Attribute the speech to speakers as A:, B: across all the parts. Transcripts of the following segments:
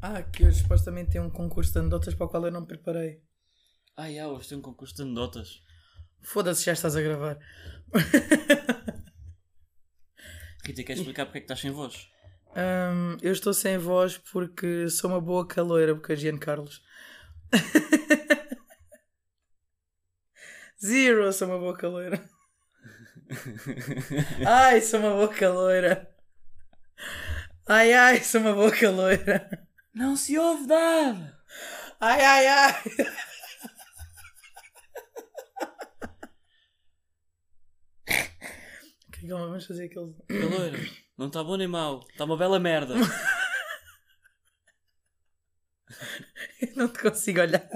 A: Ah, que hoje supostamente tem um concurso de anedotas para o qual eu não me preparei.
B: Ah, já, hoje tem um concurso de anedotas.
A: Foda-se, já estás a gravar.
B: Rita, queres explicar porque é que estás sem voz?
A: Hum, eu estou sem voz porque sou uma boa caloira, porque é Gian Carlos. Zero, sou uma boa caloira. Ai, sou uma boa caloira. Ai, ai, sou uma boa caloira.
B: Não se ouve dar!
A: Ai, ai, ai. Ok, calma, vamos fazer aquele.
B: Caloira, Tá não está bom nem mau, está uma bela merda.
A: Eu não te consigo olhar.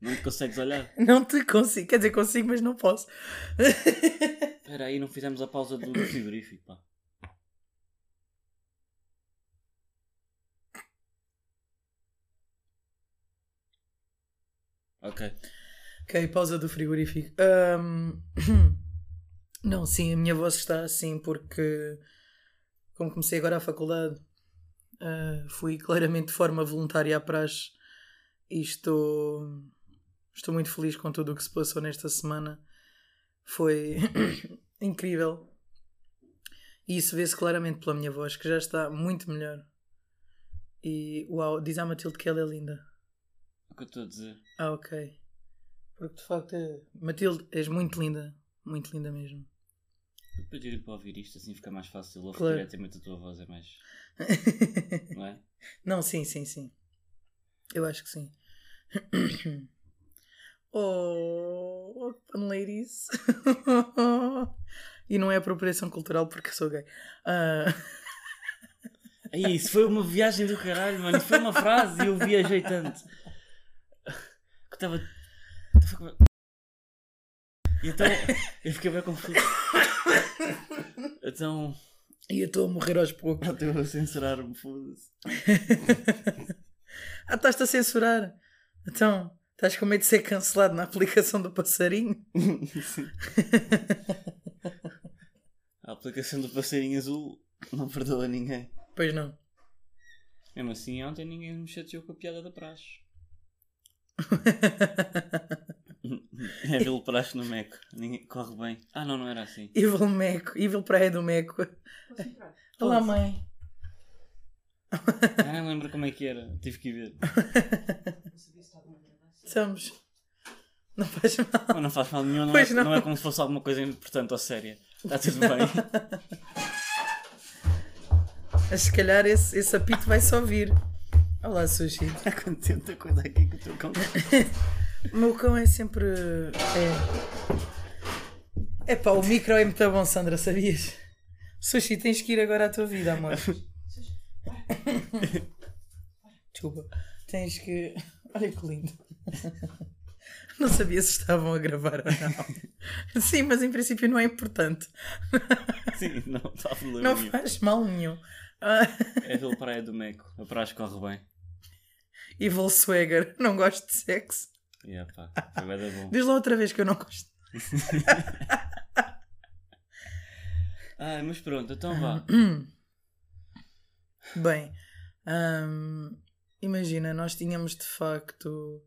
B: Não te consegues olhar?
A: Não te consigo. Quer dizer, consigo, mas não posso.
B: Espera aí, não fizemos a pausa do frigorífico, pá. Ok.
A: Ok, pausa do frigorífico. Ahm, Não, sim, a minha voz está assim porque, como comecei agora a faculdade, ah, fui claramente de forma voluntária à praxe e estou, estou muito feliz com tudo o que se passou nesta semana. Foi incrível. E isso vê-se claramente pela minha voz, que já está muito melhor. E uau, diz à Matilde que ela é linda.
B: É O que eu estou a dizer?
A: Ah, ok. Porque de facto é. Matilde, és muito linda. Muito linda mesmo.
B: Eu pedi-lhe para ouvir isto, assim fica mais fácil. Ouve
A: Claro.
B: diretamente a tua voz, é mais. Não é?
A: Não, sim, sim, sim. Eu acho que sim. Oh, open ladies. e não é apropriação cultural porque eu sou gay. Ah,
B: Aí, isso foi uma viagem do caralho, mano. Isso foi uma frase e eu viajei tanto. Que estava. estava com- E então, eu fiquei bem confuso. Então,
A: e eu estou a morrer aos poucos.
B: eu estou a censurar-me, foda-se.
A: Ah, estás-te a censurar. Então, estás com medo de ser cancelado na aplicação do passarinho?
B: A aplicação do passarinho azul não perdoa ninguém.
A: Pois não.
B: Mesmo assim, ontem ninguém me chateou com a piada da praxe. É Vila Praxe no Meco. Ninguém... Corre bem. Ah, não, não era assim.
A: Evil Meco, Evil Praia do Meco. Olá, mãe.
B: Já nem lembro como é que era. Tive que ir ver.
A: Estamos. Não faz mal.
B: Não, não faz mal nenhum, não,
A: Pois
B: é,
A: não.
B: não é como se fosse alguma coisa importante ou séria. Está tudo bem.
A: Mas se calhar esse, esse apito vai só vir. Olá, Sushi.
B: Está contente a coisa aqui que estou com.
A: O meu cão é sempre. É. Epá, o micro é muito bom, Sandra, sabias? Sushi, tens que ir agora à tua vida, amor. Desculpa. Tens que. Olha que lindo. Não sabia se estavam a gravar ou não. Sim, mas em princípio não é importante.
B: Sim, não está a problema
A: Não
B: nenhum.
A: faz mal nenhum. Ah,
B: É Vila Praia do Meco. A praxe corre bem.
A: Evil Swagger, não gosto de sexo.
B: E é pá, foi bué da bom.
A: Diz lá outra vez que eu não gosto.
B: Ai, mas pronto, então vá.
A: Hum. Bem, hum, imagina, nós tínhamos de facto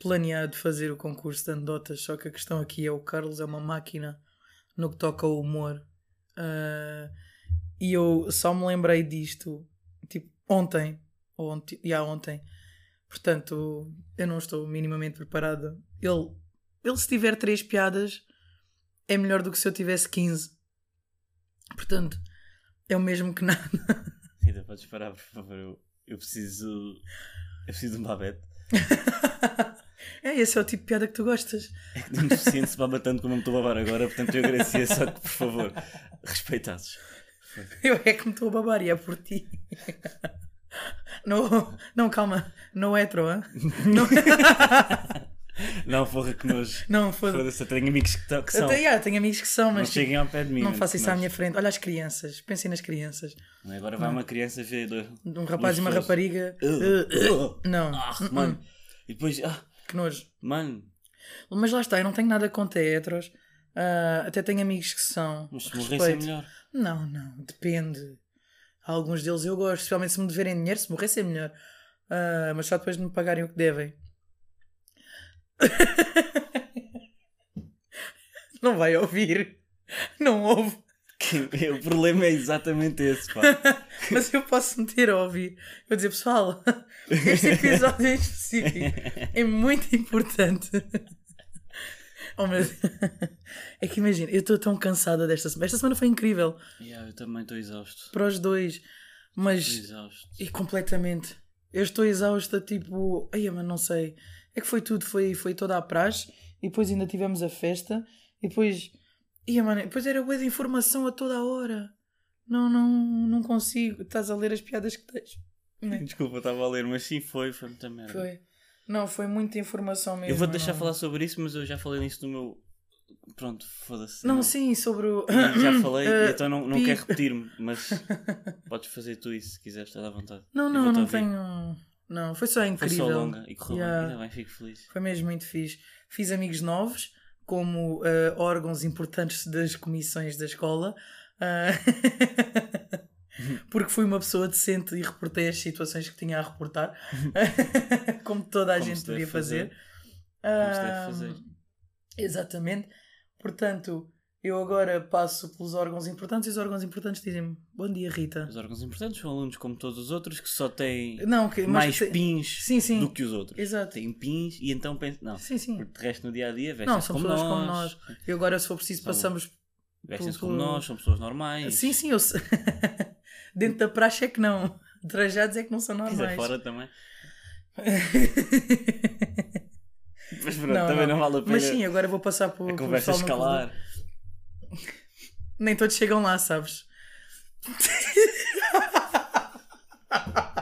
A: planeado fazer o concurso de anedotas, só que a questão aqui é o Carlos é uma máquina no que toca ao humor. Ah, e eu só me lembrei disto tipo ontem, ou ontem, e há ontem. Portanto, eu não estou minimamente preparada. Ele, ele se tiver três piadas, é melhor do que se eu tivesse 15. Portanto, é o mesmo que nada.
B: Rita, podes parar, por favor. Eu, eu preciso. Eu preciso de um babete.
A: É, esse é o tipo de piada que tu gostas.
B: É que tenho suficiente se babar tanto como eu me estou a babar agora, portanto eu agradecia só que, por favor, respeitasses.
A: Eu é que me estou a babar e é por ti. Não, não calma. Não é troa. Não,
B: Não, porra, que nojo.
A: não foda-se.
B: Foda-se, eu tenho amigos que, to- que
A: Eu
B: são.
A: tenho, yeah, tenho amigos que são,
B: Não
A: mas tipo,
B: cheguem ao pé de mim.
A: não,
B: mano,
A: façam
B: que
A: isso à
B: nojo.
A: minha frente. Olha as crianças. Pensem nas crianças.
B: Agora vai uma criança ver dois.
A: Um rapaz
B: dois
A: e uma
B: pessoas.
A: rapariga.
B: Ah,
A: Não, Hum,
B: ah, mano. E depois, ah,
A: que nojo.
B: mano,
A: Mas lá está, eu não tenho nada contra héteros. Ah, até tenho amigos que são.
B: mas se
A: Respeito.
B: morresse é melhor.
A: Não, não, depende. Alguns deles eu gosto, especialmente se me deverem dinheiro, se morressem é melhor. Ah, mas só depois de me pagarem o que devem. Não vai ouvir. Não ouve.
B: Que- o problema é exatamente esse, pá.
A: Mas eu posso meter a ouvir. Eu vou dizer, pessoal, este episódio em específico é muito importante. Oh, meu Deus. É que imagina, eu estou tão cansada desta semana. Esta semana foi incrível
B: Yeah, eu também estou exausto.
A: para os dois,
B: Estou
A: mas
B: exausto.
A: e completamente. Eu estou exausta, tipo, ai, mas não sei. É que foi tudo, foi, foi toda a praxe e depois ainda tivemos a festa e depois, ia, mano, depois era bué de informação a toda a hora. Não, não, não consigo. Estás a ler as piadas que tens. Né?
B: Desculpa, estava a ler, mas sim, foi, foi muita merda.
A: Foi. Não, foi muita informação mesmo.
B: Eu vou deixar
A: não. é
B: falar sobre isso, mas eu já falei nisso no meu. Pronto, foda-se.
A: Não, sim, sobre o.
B: E Já falei, e
A: Ah,
B: então não, não
A: pi.
B: quero repetir-me, mas podes fazer tu isso se quiseres, estás à vontade.
A: Não,
B: Eu
A: não,
B: vou-te
A: não
B: ouvir.
A: tenho. Não, foi só
B: Foi
A: incrível.
B: só longa e correu
A: Yeah.
B: bem, ainda bem, fico feliz.
A: Foi mesmo muito fixe. Fiz amigos novos, como ah, órgãos importantes das comissões da escola, ah, porque fui uma pessoa decente e reportei as situações que tinha a reportar, como toda a
B: Como
A: gente
B: se deve
A: devia fazer.
B: Como se deve
A: Ah,
B: fazer.
A: Exatamente. Portanto, eu agora passo pelos órgãos importantes e os órgãos importantes dizem-me: Bom dia, Rita.
B: Os órgãos importantes são alunos como todos os outros que só têm
A: Não, que, mas
B: mais
A: que tem-
B: pins
A: Sim, sim.
B: do que os outros.
A: Exato.
B: Têm pins e então pensam. Não,
A: Sim, sim.
B: porque de resto no dia a dia vestem
A: Não, são
B: como,
A: pessoas como nós.
B: nós,
A: E agora, se for preciso,
B: São-
A: passamos
B: vestem-se
A: Por-
B: como nós, são pessoas normais.
A: Sim, sim, eu sei. Dentro da praxe é que não. Trajados é que não são
B: Quer dizer,
A: normais.
B: fora também. Mas pronto,
A: Não,
B: também não,
A: não.
B: vale a pena
A: Mas sim, é agora vou passar por.
B: a conversa escalar.
A: Nem todos chegam lá, sabes?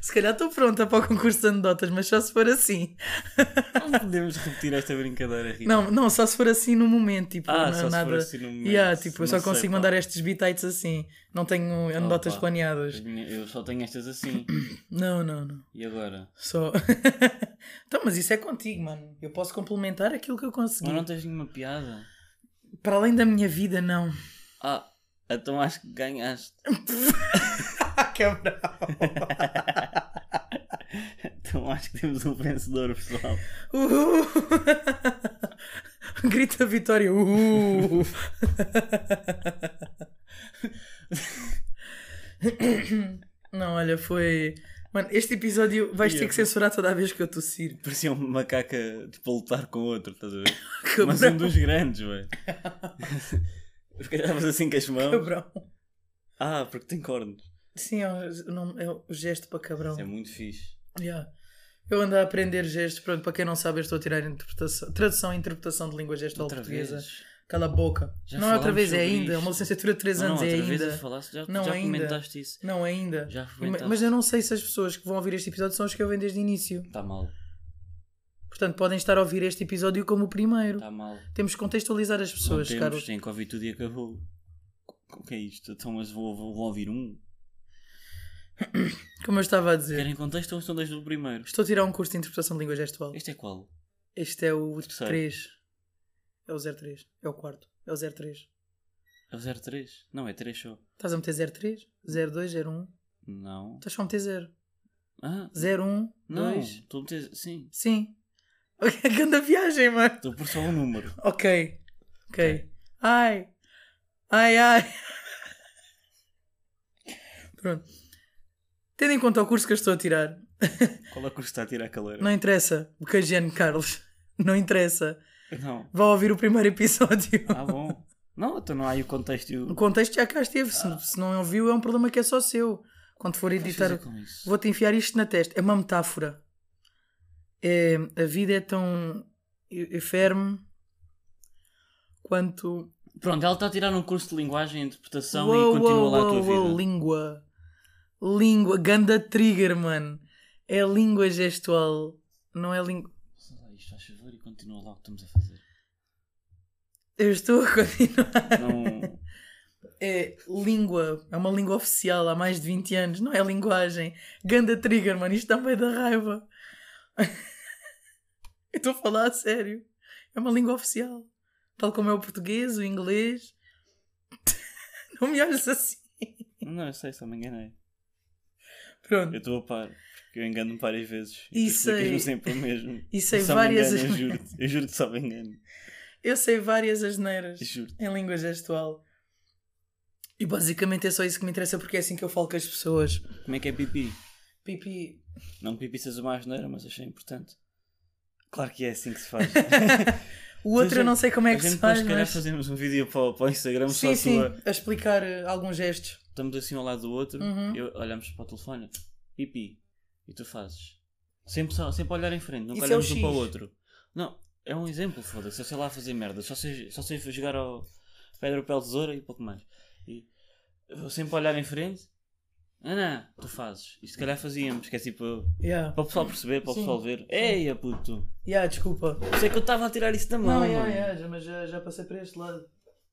A: se calhar estou pronta para o concurso de anedotas, mas só se for assim.
B: Não podemos repetir esta brincadeira, Rita.
A: Não, não, só se for assim no momento. Tipo,
B: Ah,
A: não,
B: só se for
A: nada.
B: assim no momento.
A: Yeah, tipo, eu só
B: Não sei,
A: consigo
B: pá. Ah,
A: mandar estes bitites assim. Não tenho anedotas
B: pá. As
A: planeadas.
B: minhas- Eu só tenho estas assim.
A: Não, não, não.
B: E agora?
A: Só. então, mas isso é contigo, mano. Eu posso complementar aquilo que eu consegui.
B: Mas não tens nenhuma piada?
A: Para além da minha vida, não.
B: Ah, então acho que ganhaste.
A: Cabral.
B: Então acho que temos um vencedor, pessoal.
A: Uhul. Grita vitória. Uhul. não, olha, foi. Mano, este episódio vais ter que censurar toda a vez que eu tossir.
B: Parecia uma macaca tipo, a lutar com outro, estás a ver?
A: Cabral.
B: Mas um dos grandes, velho. Se calhar estavas assim com as mãos.
A: Cabrão.
B: Ah, porque tem cornos.
A: Sim, é o, nome- é o gesto para cabrão.
B: Isso é muito fixe.
A: Yeah. Eu ando a aprender gestos, pronto, para quem não sabe, eu estou a tirar interpretação, tradução e interpretação de língua gestual
B: Outra
A: portuguesa.
B: vez.
A: Cala a boca.
B: Já
A: não é outra
B: falámos
A: vez, é
B: sobre
A: ainda. É uma
B: isto.
A: licenciatura de 3
B: Não, não,
A: anos,
B: outra
A: é
B: vez
A: ainda.
B: a falaste, já,
A: Não,
B: já
A: ainda.
B: comentaste isso.
A: Não, é ainda.
B: Já então.
A: Ma-
B: comentaste.
A: Mas eu não sei se as pessoas que vão ouvir este episódio são as que ouvem desde o início.
B: Está Tá mal,
A: Portanto, podem estar a ouvir este episódio como o primeiro.
B: está mal.
A: Temos que contextualizar as pessoas,
B: Tá não
A: Carlos.
B: temos, tem que ouvir tudo e acabou. O que é isto? Então, mas vou, vou, vou ouvir um.
A: Como eu estava a dizer.
B: Querem contexto ou estão desde o primeiro?
A: Estou a tirar um curso de interpretação de língua gestual.
B: Este é qual?
A: Este é o
B: Terceiro.
A: 3. É o 03. É o quarto. É o 03.
B: É o 03? Não, é 3 só.
A: Estás a meter 03? 02, 01.
B: Não.
A: Estás só a meter 0.
B: Ah,
A: 0, 1,
B: não.
A: 2.
B: Estou a meter. Sim.
A: um, Sim. Ok, grande viagem, mano.
B: Estou por só um número.
A: Ok. Ok.
B: Ok.
A: Ai. Ai, ai. Pronto. Tendo em conta o curso que eu estou a tirar,
B: Qual é o curso que está a tirar a caleira?
A: não interessa. O Cajano Carlos. Não interessa.
B: Não.
A: Vá ouvir o primeiro episódio.
B: Ah, bom. Não, então não há aí o contexto e
A: O
B: o.
A: contexto já cá esteve. Se, se não ouviu, é um problema que é só seu. Quando for
B: Vais
A: editar.
B: fazer com isso?
A: Vou-te enfiar isto na testa. É uma metáfora. É, a vida é tão e- eferme quanto.
B: Pronto, ela está a tirar um curso de linguagem e interpretação
A: Uou,
B: e continua
A: uou,
B: lá a tua
A: uou, uou,
B: vida.
A: língua. Língua. Ganda trigger, mano. É língua gestual. Não é língua.
B: Sei lá, isto faz favor e continua lá o que estamos a fazer.
A: Eu estou a continuar.
B: Não.
A: É língua. É uma língua oficial há mais de 20 anos. Não é linguagem. Ganda trigger, mano. Isto também dá raiva. Eu estou a falar a sério. É uma língua oficial. Tal como é o português, o inglês. Não me olhes assim.
B: Não, eu sei, só me enganei. Eu
A: Pronto.
B: estou a par. Porque eu engano-me várias vezes.
A: E
B: E tu explicas-me
A: sei-
B: sempre o mesmo.
A: e sei
B: Eu só me
A: várias
B: engano, eu
A: asneiras.
B: juro-te. Eu juro que só me engano.
A: Eu sei várias asneiras
B: Eu Juro-te.
A: em língua gestual. E basicamente é só isso que me interessa porque é assim que eu falo com as pessoas.
B: Como é que é pipi?
A: Pipi.
B: Não que pipi seja uma asneira, mas achei importante. Claro que é assim que se faz.
A: O outro
B: gente-
A: eu não sei como é
B: a
A: que se
B: gente
A: faz,
B: depois, se calhar,
A: mas...
B: fazemos um vídeo para, o- para o Instagram
A: Sim,
B: só
A: sim,
B: tua.
A: a explicar eh, alguns gestos.
B: Estamos assim ao lado do outro,
A: Uhum.
B: eu- olhamos para o telefone, pipi, e tu fazes. Sempre, só, sempre a olhar em frente, nunca
A: Isso é
B: olhamos
A: o
B: um para o
A: X.
B: outro. Não, é um exemplo, foda-se. Eu sei lá fazer merda, só sei, só sei jogar ao pedra, papel, tesoura e pouco mais. E eu sempre a olhar em frente, Ana, tu fazes. E se calhar fazíamos, que é tipo,
A: Yeah.
B: para o pessoal perceber, para o
A: Sim,
B: pessoal ver. Eia puto,
A: Yeah, desculpa.
B: por isso é que eu estava a tirar isso da mão,
A: Não, yeah,
B: mano.
A: yeah, já, mas já, já passei para este lado.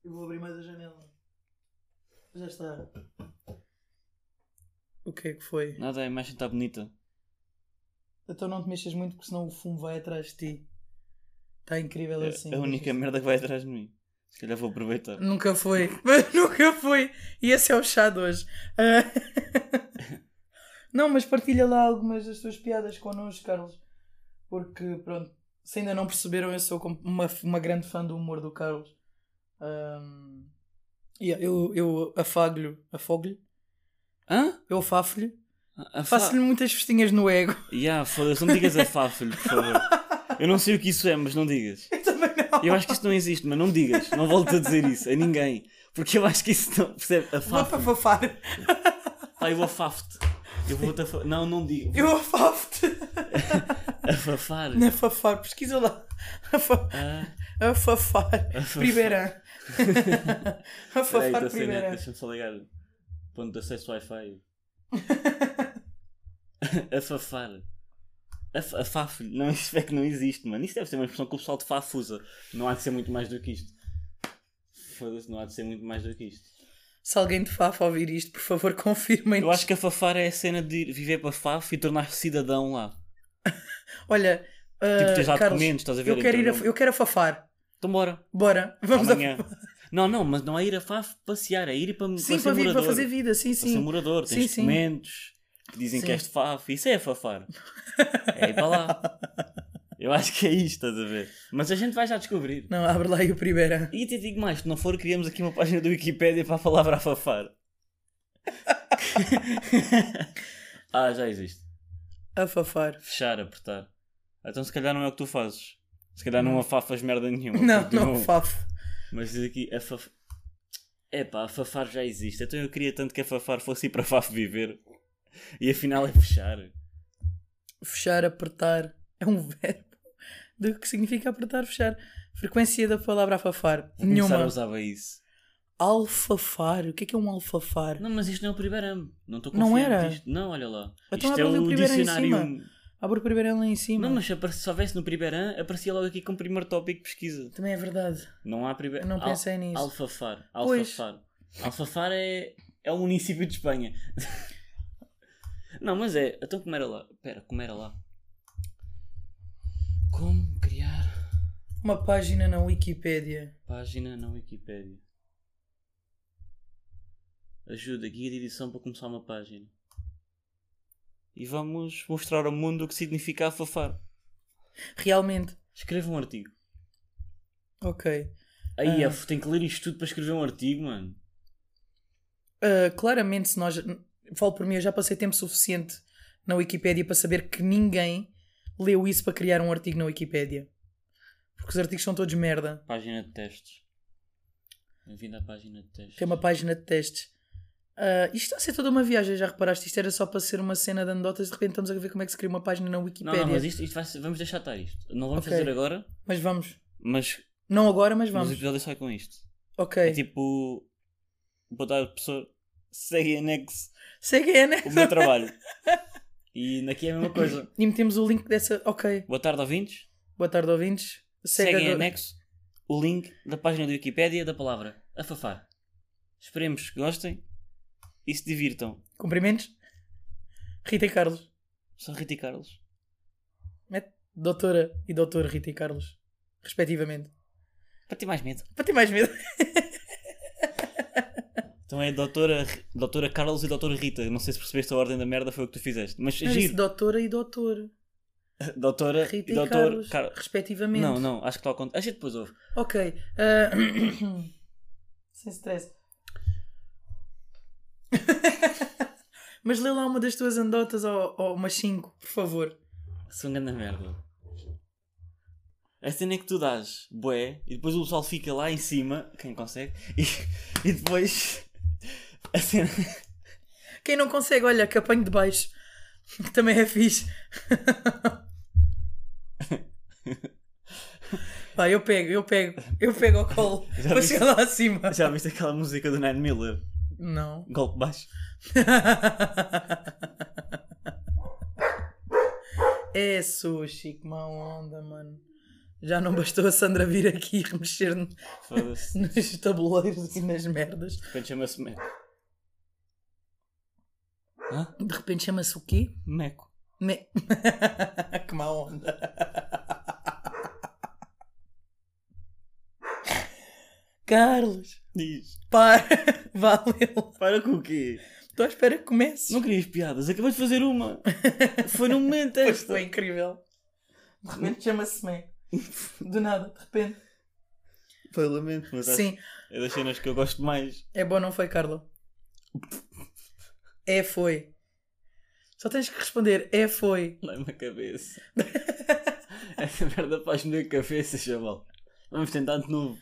A: Eu vou abrir mais a janela. Já está. O que é que foi?
B: Nada, a imagem está bonita.
A: Então não te mexas muito porque senão o fumo vai atrás de ti. Está incrível
B: É
A: assim.
B: a única merda que vai atrás de mim. Se calhar vou aproveitar.
A: Nunca foi. Mas nunca foi. E esse é o chá de hoje. Ah. não, mas partilha lá algumas das tuas piadas connosco, Carlos. Porque, pronto, se ainda não perceberam, eu sou com- uma, uma grande fã do humor do Carlos. Ahm, yeah, eu eu afago-lhe. Afogo-lhe?
B: Hã?
A: Eu afafo-lhe.
B: A- a fa-
A: Faço-lhe muitas festinhas no ego.
B: Ya, foda-se, não digas a fafo por favor. Eu não sei o que isso é, mas não digas.
A: Eu também não.
B: Eu acho que isso não existe, mas não digas. Não volto a dizer isso a ninguém. Porque eu acho que isso não. Percebe? A
A: Vou para
B: fafo.
A: fafar.
B: Pá, eu afafo-te. Eu vou-te afafar. Não, não digo.
A: Eu afafo-te.
B: Afafar.
A: Não é fafar, pesquisa lá. Afa-
B: Ah,
A: Afafar. Primeira.
B: peraí,
A: Afafar
B: estou sem net,
A: primeira.
B: então, Deixa-me só ligar. o Ponto de acesso Wi-Fi. Afafar. Af- Afafo-lhe. Não, isso é que não existe, mano. Isso deve ser uma expressão que o pessoal de fafo usa. Não há de ser muito mais do que isto. Foda-se, não há de ser muito mais do que isto.
A: Se alguém de Fafa ouvir isto, por favor, confirmem.
B: Eu acho que a Fafar é a cena de ir viver para Faf e tornar-se cidadão lá.
A: Olha, ah,
B: Tipo, tens lá
A: Carlos,
B: documentos, estás a ver?
A: eu quero, ir a,
B: Então,
A: eu quero a Fafar.
B: Então bora,
A: Bora, vamos a-
B: amanhã. Não, não, mas não é ir a Faf passear, é ir para,
A: Sim, para,
B: para, ser
A: vir,
B: morador.
A: para fazer vida, sim,
B: Para ser
A: sim.
B: morador, tens
A: Sim, sim.
B: documentos que dizem que
A: Sim.
B: és de Faf. Isso é a Fafar. É ir para lá. Eu acho que é isto, estás a ver? Mas a gente vai já descobrir.
A: Não, abre lá aí o primeira.
B: E até digo mais, se não for, criamos aqui uma página do Wikipédia para a palavra Fafar. ah, já existe.
A: A Fafar.
B: Fechar, apertar. Então se calhar não é o que tu fazes. Se calhar não afafas merda nenhuma.
A: Não,
B: porque
A: não, Fafo.
B: Mas diz aqui, afaf... Epá, afafar já existe. Então eu queria tanto que afafar fosse ir para Faf viver. E afinal é fechar.
A: Fechar, apertar. É um verbo. Do que significa apertar, fechar. Frequência da palavra afafar.
B: Vou começar a
A: Nenhuma.
B: usar bem isso.
A: Alfafar. O que é que é um alfafar?
B: Não, mas isto não é o primeiro ano. Não estou
A: Não
B: confiante.
A: era?
B: disto. Não, olha lá.
A: Então
B: isto é
A: abre ali o
B: o
A: primeiro em
B: dicionário.
A: cima. Abre o primeiro lá em cima.
B: Não, mas se apare- se houvesse no primeiro ano, aparecia logo aqui com o primeiro tópico de pesquisa.
A: Também é verdade.
B: Não há primeiro.
A: Eu não pensei nisso.
B: Alfafar.
A: Pois.
B: Alfafar. Alfafar é, é um município de Espanha. não, mas é. Então como era lá? Espera, como era lá? Como criar
A: Uma página na Wikipédia.
B: página na Wikipédia? Ajuda, guia de edição para começar uma página. E vamos mostrar ao mundo o que significa alfafar.
A: Realmente.
B: Escreva um artigo.
A: Ok.
B: Aí,
A: Ah.
B: af, tem que ler isto tudo para escrever um artigo, mano.
A: Ah, claramente, se nós. Falo por mim, eu já passei tempo suficiente na Wikipédia para saber que ninguém leu isso para criar um artigo na Wikipédia. Porque os artigos são todos merda.
B: Página de testes. Bem-vindo à página de testes.
A: Tem uma página de testes. Ah, isto está a ser toda uma viagem, já reparaste? Isto era só para ser uma cena de anedotas. De repente estamos a ver como é que se cria uma página na
B: Não,
A: Wikipédia.
B: não, mas
A: mas...
B: isto, isto vai ser- vamos deixar estar isto. Não vamos
A: Ok.
B: fazer agora,
A: vamos.
B: mas,
A: Não agora, mas
B: mas
A: vamos.
B: o episódio sai com isto.
A: Ok.
B: É tipo. Vou dar a pessoa. Segue anexo
A: Segue é, né?
B: o meu trabalho. e aqui é a mesma coisa.
A: E metemos o link dessa. Ok.
B: Boa tarde, ouvintes.
A: Boa tarde, ouvintes. Segue
B: Segue né? em
A: agora.
B: anexo o link da página do Wikipédia da palavra afafar. Esperemos que gostem e se divirtam.
A: Cumprimentos. Rita e Carlos.
B: São Rita e Carlos.
A: Mete doutora e doutor Rita e Carlos, respectivamente.
B: Para ter mais medo.
A: Para ter mais medo.
B: Então é doutora, doutora Carlos e doutora Rita. Não sei se percebeste a ordem da merda, foi o que tu fizeste. Mas
A: Não, disse
B: giro.
A: doutora e doutor.
B: Doutora
A: Rita
B: e
A: e,
B: doutor
A: Carlos,
B: Carlos.
A: respectivamente.
B: Não, não, acho que está ao contrário. A gente depois ouve.
A: Ok. ah, Sem stress. Mas lê lá uma das tuas andotas ou, ou umas 5, por favor.
B: Sou um grande merda. A cena é que tu dás boé e depois o pessoal fica lá em cima, quem consegue, e, e depois a cena.
A: Quem não consegue, olha, que apanho de baixo. Também é fixe. Pá, eu pego, eu pego, eu pego ao colo
B: Já
A: para
B: viste?
A: chegar lá acima.
B: Já viste aquela música do Nine Miller?
A: Não.
B: Golpe baixo.
A: É sushi, que má onda, mano. Já não bastou a Sandra vir aqui remexer no-
B: Foda-se.
A: nos tabuleiros e nas merdas.
B: De repente chama-se Meco. Hã?
A: De repente chama-se o quê?
B: Meco.
A: Me... que má onda. Carlos,
B: Diz.
A: para, valeu.
B: Para com o quê?
A: Estou à espera que comeces.
B: Não querias piadas, acabei de fazer uma. Foi no momento
A: Pois
B: esta.
A: foi incrível. De repente chama-se Mac. Do nada, de repente.
B: Foi lamento, mas acho
A: Sim,
B: que é das cenas que eu gosto mais.
A: é bom, não foi, Carla? É, foi. Só tens que responder, é, foi.
B: Dói-me a cabeça. Essa merda faz-me a cabeça, chaval. Vamos tentar de novo.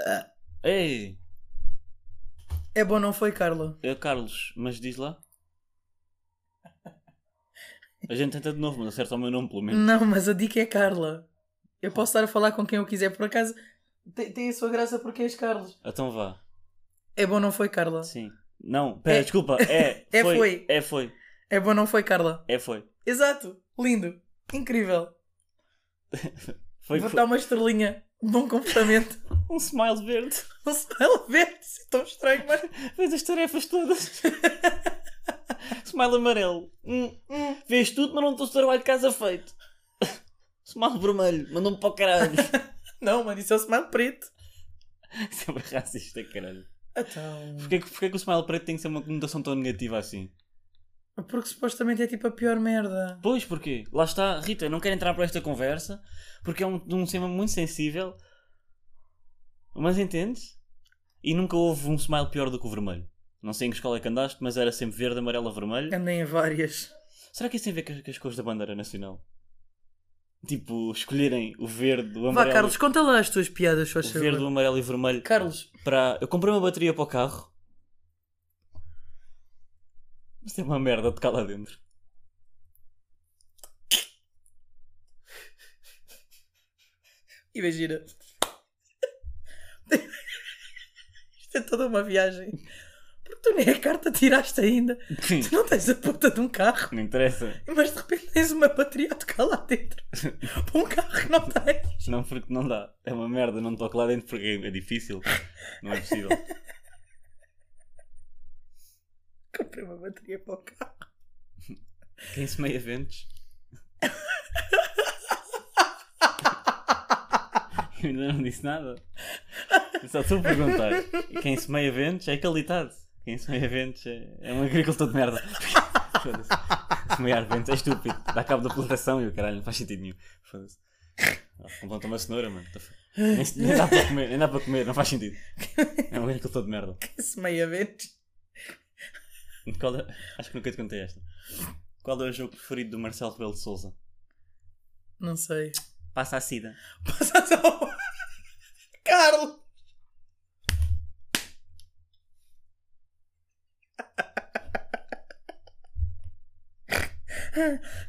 B: Ah, Ei,
A: É bom, não foi, Carla?
B: é o Carlos, mas diz lá. A gente tenta de novo, mas acerta o meu nome pelo menos.
A: Não, mas a dica é Carla. Eu posso estar a falar com quem eu quiser, por acaso tem, tem a sua graça porque és Carlos.
B: Então vá.
A: É bom, não foi, Carla?
B: Sim. Não, pera,
A: É.
B: desculpa. É,
A: É,
B: foi,
A: foi.
B: É foi.
A: É bom, não foi, Carla?
B: É foi.
A: Exato, lindo, incrível.
B: Foi
A: Vou
B: foi.
A: dar uma estrelinha, bom comportamento.
B: um smile verde.
A: Um smile verde, isso é tão estranho, mano.
B: Fez as tarefas todas. Smile amarelo. Hum, hum. Fez tudo, mas não trouxe o trabalho de casa feito. Smile vermelho. Mandou-me para o caralho.
A: Não, mano, isso é o smile preto.
B: Isso é bem racista, caralho.
A: Então.
B: Porquê, que- porquê que o smile preto tem que ser uma conotação tão negativa assim?
A: Porque supostamente é tipo a pior merda.
B: Pois, porquê? Lá está. Rita, eu não quero entrar para esta conversa porque é um, um tema muito sensível. Mas entendes? E nunca houve um smile pior do que o vermelho. Não sei em que escola é que andaste, mas era sempre verde, amarelo ou vermelho.
A: Andem a várias.
B: Será que isso tem a ver com as- com as cores da bandeira nacional? Tipo, escolherem o verde, o
A: Vá,
B: amarelo,
A: Carlos, conta lá as tuas piadas,
B: o
A: faz favor.
B: verde, o amarelo e o vermelho.
A: Carlos,
B: Para... Eu comprei uma bateria para o carro. Mas é uma merda de cá lá dentro.
A: imagina. Isto é toda uma viagem. Porque tu nem a carta tiraste ainda.
B: Sim,
A: Tu não tens a puta de um carro.
B: não interessa.
A: Mas de repente tens uma bateria a tocar lá dentro. Para um carro que não tens.
B: Não, porque não dá. É uma merda, não toco lá dentro porque é difícil. Não é possível.
A: Comprei uma bateria para o carro.
B: Quem semeia ventos? Eu ainda não disse nada. Eu só estou a perguntar. Quem semeia ventos é calitado. Quem semeia ventos é, é um agricultor de merda. Foda-se. Semear ventos é estúpido. Dá cabo da plantação e o caralho não faz sentido nenhum. Foda-se. Complanta uma cenoura, mano. Tá f- Nem, nem dá para comer, nem dá para comer, não faz sentido. É um agricultor de merda.
A: Esse meia vento.
B: Qual é- Acho que nunca te contei esta. Qual é o jogo preferido do Marcelo Rebelo de Souza?
A: Não sei.
B: Passa a sida.
A: Passa só. Carlos!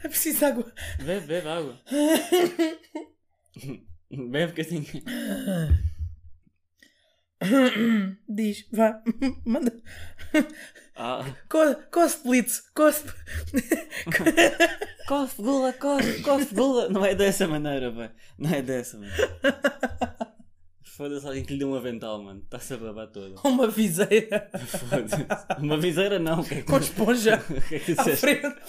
A: É preciso de água.
B: Bebe, bebe água. bebe que assim.
A: Diz, vá, manda.
B: Ah.
A: Co- Cospe, Blitz, cospe.
B: Cof, gula, cof, cof, gula. Não é dessa maneira, bem. Não é dessa, mano. Foda-se alguém que lhe deu um avental, mano. Está-se a babar toda.
A: Uma viseira
B: Foda-se. Uma viseira não. O que é que tu-
A: com esponja
B: o que é que tu
A: à
B: disseste?
A: frente.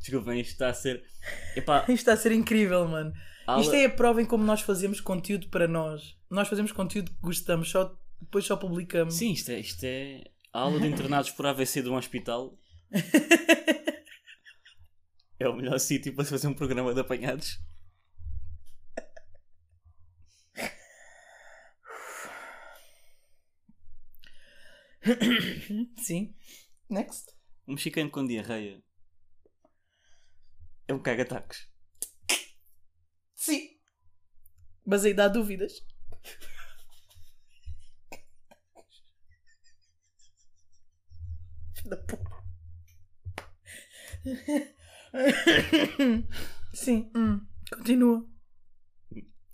B: Desculpem, isto está a ser. Epá,
A: Isto está a ser incrível, mano.
B: Aula-
A: Isto é a prova em como nós fazemos conteúdo para nós. Nós fazemos conteúdo que gostamos, só, depois só publicamos.
B: Sim, isto é, isto é a aula de internados por AVC de um hospital. é o melhor sítio para se fazer um programa de apanhados.
A: Sim. Next.
B: Um mexicano com diarreia é um caga-tacos.
A: Sim. Mas aí dá dúvidas. Da porra. Sim. hum, Continua.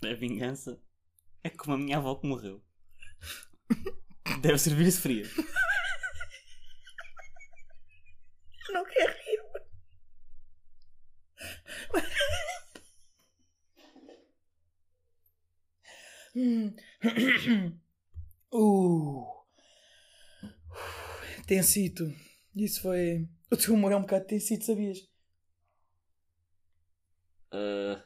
B: A vingança é como a minha avó que morreu. Deve servir-se fria.
A: Eu não quero rir. Hum. uh. Tensito. Isso foi. O teu humor é um bocado tensito, sabias?
B: Ah,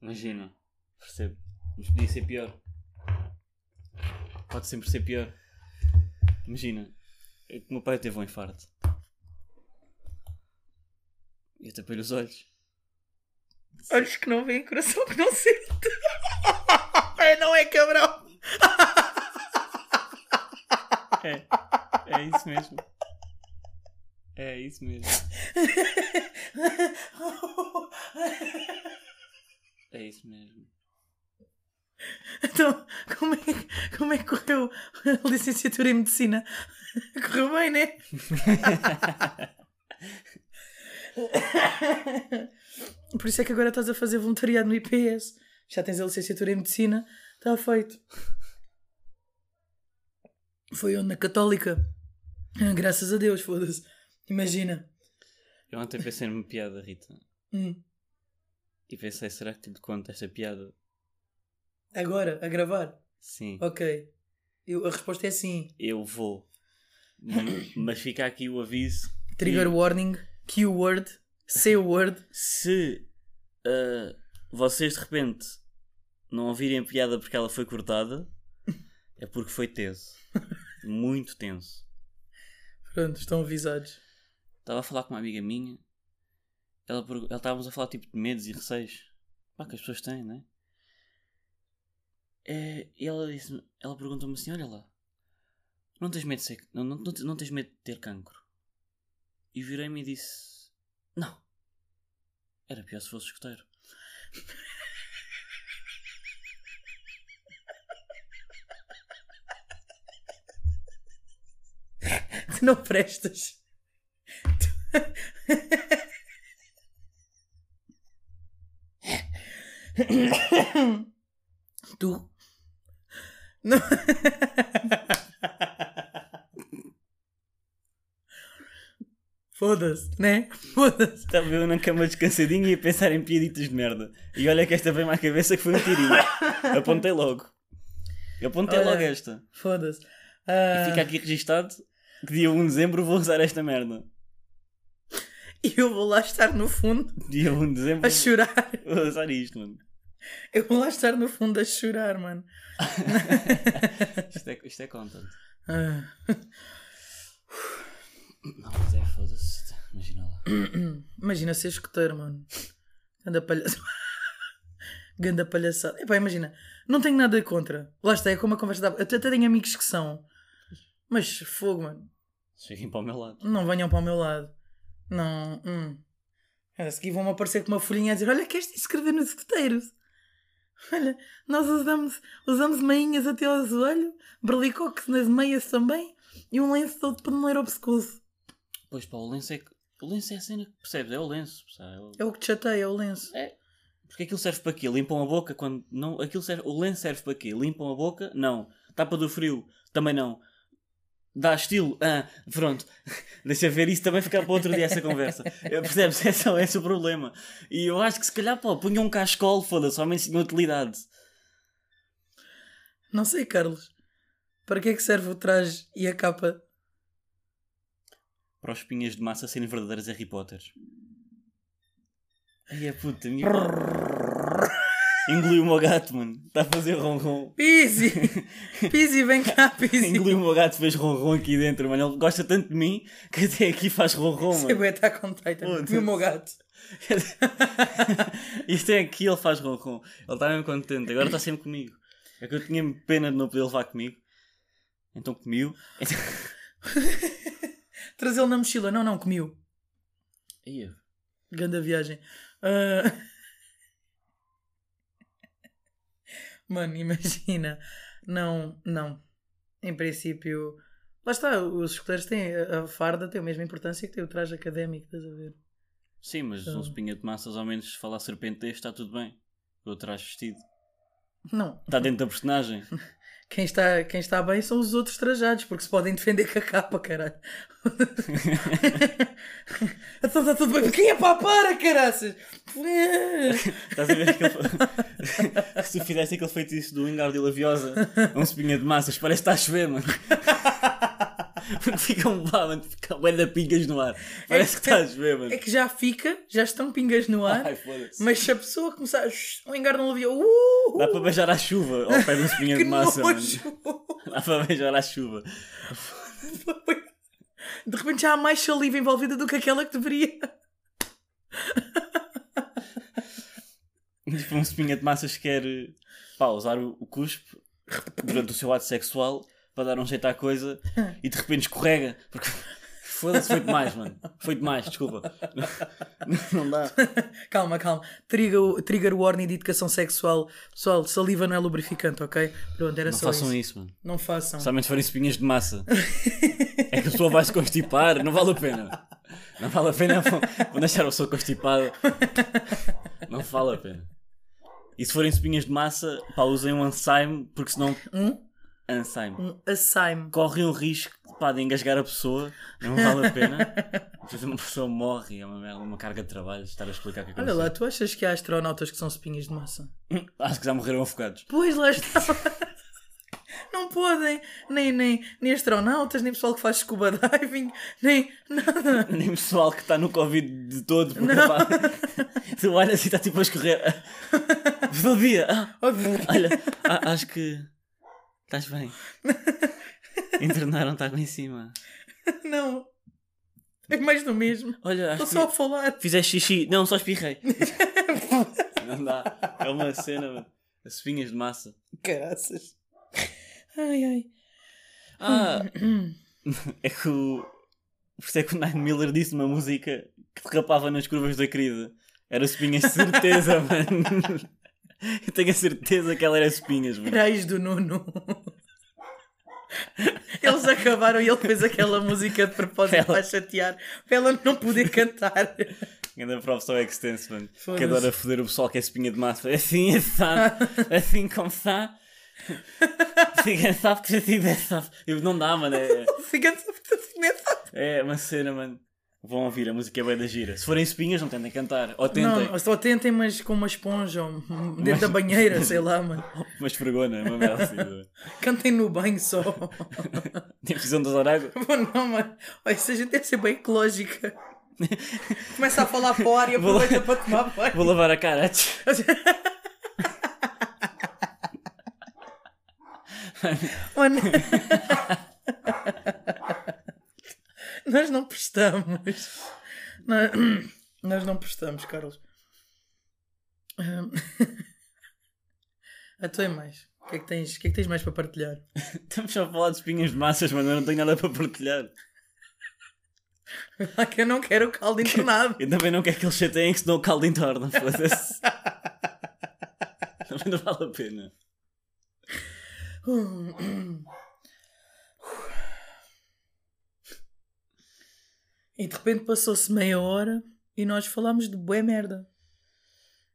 B: imagino, percebo. Mas podia ser pior. Pode sempre ser pior. Imagina, é que o meu pai teve um infarto. E eu tapei os olhos.
A: Olhos que não veem, coração que não sente. é, não é, cabrão?
B: É, é isso mesmo. É isso mesmo. É isso mesmo.
A: Então, como é, que- como é que correu a licenciatura em medicina? Correu bem, né? Por isso é que agora estás a fazer voluntariado no IPS. Já tens a licenciatura em medicina, está feito. Foi onde na Católica. Ah, Graças a Deus, foda-se. Imagina.
B: Eu ontem pensei numa piada, Rita.
A: Hum,
B: E pensei, será que te conto esta piada?
A: Agora, a gravar.
B: Sim.
A: Ok. Eu- a resposta é sim.
B: Eu vou. M- Mas fica aqui o aviso.
A: Trigger warning, keyword, C-word.
B: Se ah, vocês de repente não ouvirem a piada porque ela foi cortada, é porque foi tenso. Muito tenso.
A: Pronto, estão avisados.
B: Estava a falar com uma amiga minha. Ela, pergu- ela estávamos a falar tipo de medos e receios. Pá, que as pessoas têm, né? É, e ela disse ela perguntou-me assim: Olha lá, não tens medo de ser, não, não, não te- não tens medo de ter cancro? E virei-me e disse: Não, era pior se fosse escoteiro.
A: Tu não prestas. Tu. tu. Não. Foda-se, né? Foda-se.
B: Estava eu na cama descansadinho e a pensar em piaditas de merda. E olha que esta veio-me à cabeça que foi um tirinho. Apontei logo. Apontei
A: Olha.
B: logo esta.
A: Foda-se.
B: E
A: Ah,
B: fica aqui registado que dia 1 de dezembro vou usar esta merda.
A: E eu vou lá estar no fundo
B: Dia 1 de dezembro
A: a chorar.
B: vou usar isto, mano.
A: Eu vou lá estar no fundo a chorar, mano.
B: Isto é, isto é content.
A: Ah,
B: Não, mas é foda-se. Imagina lá.
A: imagina ser escoteiro, mano. Ganda palhaçada. Ganda palhaçada. Epá, imagina. Não tenho nada contra. Lá está, é como a conversa da. Eu até até tenho amigos que são. Mas fogo, mano.
B: Cheguem para o meu lado.
A: Não venham para o meu lado. Não. Hum. A seguir vão-me aparecer com uma folhinha a dizer: Olha, queres te inscrever nos escoteiros? Olha, nós usamos, usamos meinhas até ao joelho, berlicoques nas meias também e um lenço todo paneleiro obscuso.
B: Pois pá, o lenço é. que- O lenço é a cena que percebes, é o lenço. Sabe? É o-
A: É o que te chateia, é o lenço.
B: Porque aquilo serve para quê? Limpam a boca quando. Não, aquilo serve... O lenço serve para quê? Limpam a boca? Não. Tapa do frio? Também não. Dá estilo? Ah, pronto. Deixa ver isso também ficar para outro dia essa conversa. Eh, Percebes? Esse é, esse é o problema. E eu acho que se calhar, pô, punha um cascol, foda-se, ao menos tinha utilidade.
A: Não sei, Carlos. Para que é que serve o traje e a capa?
B: para os pinhas de massa serem verdadeiros Harry Potters. Ai, é puta, a minha... Engoliu o meu gato, mano. Está a fazer ronron.
A: Pizzi! Pizzi, vem cá, Pizzi!
B: Engoliu o meu gato, fez ronron aqui dentro, mano. Ele gosta tanto de mim que até aqui faz ronron,
A: Você
B: mano.
A: vai estar tá com Titan.
B: Foda-se.
A: E o meu gato.
B: E até é aqui ele faz ronron. Ele está mesmo contente. Agora está sempre comigo. É que eu tinha pena de não poder levar comigo. Então comiu. Então...
A: Trazê-lo na mochila. Não, não, comiu.
B: Ia.
A: Grande viagem. Ah. Mano, imagina. Não, não. Em princípio. Lá está, os escuteiros têm. A a farda tem a mesma importância que tem o traje académico, estás a ver?
B: Sim, mas
A: Ah.
B: um espinha de massas, ao menos, se falar serpente deste, está tudo bem. Eu trajo vestido.
A: Não.
B: Está dentro da personagem.
A: Quem está, quem está bem são os outros trajados, porque se podem defender com a capa, caralho. então está tudo bem. Quem é para para, caraças?
B: Estás a ver aquele. Se tu fizesse aquele feitiço do Engarde e Laviosa, a um espinha de massas, parece que está a chover, mano. Porque fica um pá, mano, fica bué de pingas no ar. Parece que está a chover, mano.
A: É que já fica, já estão pingas no ar.
B: Ai, foda-se.
A: Mas se a pessoa começar a engar não levia, uh,
B: Dá para beijar à chuva ao pé de um espinha
A: que
B: de massa, mano.
A: nojo.
B: Dá para beijar à chuva.
A: De repente já há mais saliva envolvida do que aquela que deveria.
B: Tipo, um espinha de massas quer pá, usar o, o cuspe durante o seu ato sexual para dar um jeito à coisa e de repente escorrega. Porque foda-se, foi demais, mano. Foi demais, desculpa. Não, não dá.
A: Calma, calma. Trigger, trigger warning de educação sexual. Pessoal, saliva não é lubrificante, ok? Pronto, era
B: Não
A: só isso.
B: façam isso, mano.
A: Não façam.
B: Somente se forem espinhas de massa. É que a pessoa vai se constipar, não vale a pena. Não vale a pena vão vão deixar a pessoa constipada. Não vale a pena. E se forem espinhas de massa, pá, usem um ensaime, porque senão.
A: Um?
B: Ensaime.
A: Um assaime.
B: correm o risco pá, de engasgar a pessoa, não vale a pena. Depois uma pessoa morre, é uma, merda, uma carga de trabalho estar a explicar o que
A: Olha
B: aconteceu.
A: lá, tu achas que há astronautas que são espinhas de massa?
B: Acho que já morreram afogados.
A: Pois lá está. Não podem, nem, nem, nem astronautas, nem pessoal que faz scuba diving, nem nada.
B: Nem o pessoal que está no Covid de todo, porque pá, tu olhas e está tipo a escorrer. Bom dia! Ah, olha, a- acho que estás bem. Internaram-te água em cima.
A: Não. É mais do mesmo.
B: Olha, acho
A: Estou
B: que
A: só a falar.
B: fizeste xixi. Não, só espirrei. não dá. É uma cena, mano. As espinhas de massa.
A: Caraças. Ai, ai.
B: Ah, é que o. Por isso é que o Nine Miller disse uma música que derrapava nas curvas da querida. Era espinhas, certeza, mano. Eu tenho a certeza que ela era espinhas, mano.
A: Gerais do Nuno. Eles acabaram e ele fez aquela música de propósito
B: Ela-
A: para chatear, para ela não poder cantar.
B: Ainda professor extenso, mano. Que
A: Foda-se.
B: adora foder o pessoal que é espinha de massa. Assim, sabe? Assim como está. Fica sabe que já tive sabe. Eu- Não dá, mano. É,
A: Cigano sabe tudo, né?
B: é uma cena, mano. Vão ouvir, a música é bem da gira. Se forem espinhas, não tentem cantar. Ou tentem.
A: Não, só tentem, mas com uma esponja ou dentro da banheira, sei lá, mano.
B: Mas vergonha, uma merda assim. mano.
A: Cantem no banho só.
B: Tem prisão das Arágua?
A: Pô, não, mano. Olha, essa gente deve ser bem ecológica. Começa a falar para o ar e
B: Vou lá-
A: aproveita para tomar banho.
B: Vou lavar a cara.
A: Mano. Nós não prestamos. Nós, nós não prestamos, Carlos. Ahm. A tua é mais. O que é que tens, o que é que tens mais para partilhar?
B: Estamos só a falar de espinhas de massas, mas eu não tenho nada para partilhar.
A: Ah, que eu não quero o caldo entornado.
B: Eu também não quero que eles chateiem, que senão o caldo entorna. Foda-se. também não vale a pena.
A: E de repente passou-se meia hora e nós falámos de bué merda.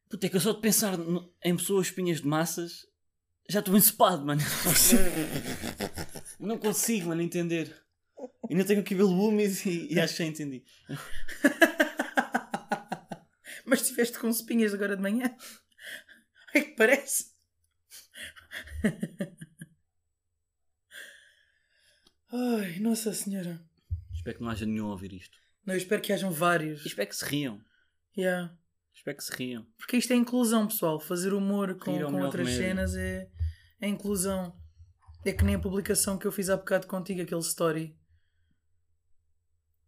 B: Puta, é que eu só de pensar no- em pessoas espinhas de massas, já estou encepado, mano. não consigo, mano, entender. Ainda tenho o cabelo úmido e, e acho que já entendi.
A: Mas estiveste com espinhas agora de manhã? É que parece. Ai, Nossa Senhora.
B: Espero que não haja nenhum a ouvir isto.
A: Não, eu espero que hajam
B: E
A: vários.
B: espero que se riam.
A: Yeah.
B: Espero que se riam.
A: Porque isto é inclusão, pessoal. Fazer humor com,
B: Rir é o
A: com
B: melhor
A: outras
B: remédio.
A: cenas é, é inclusão. É que nem a publicação que eu fiz há bocado contigo, aquele story.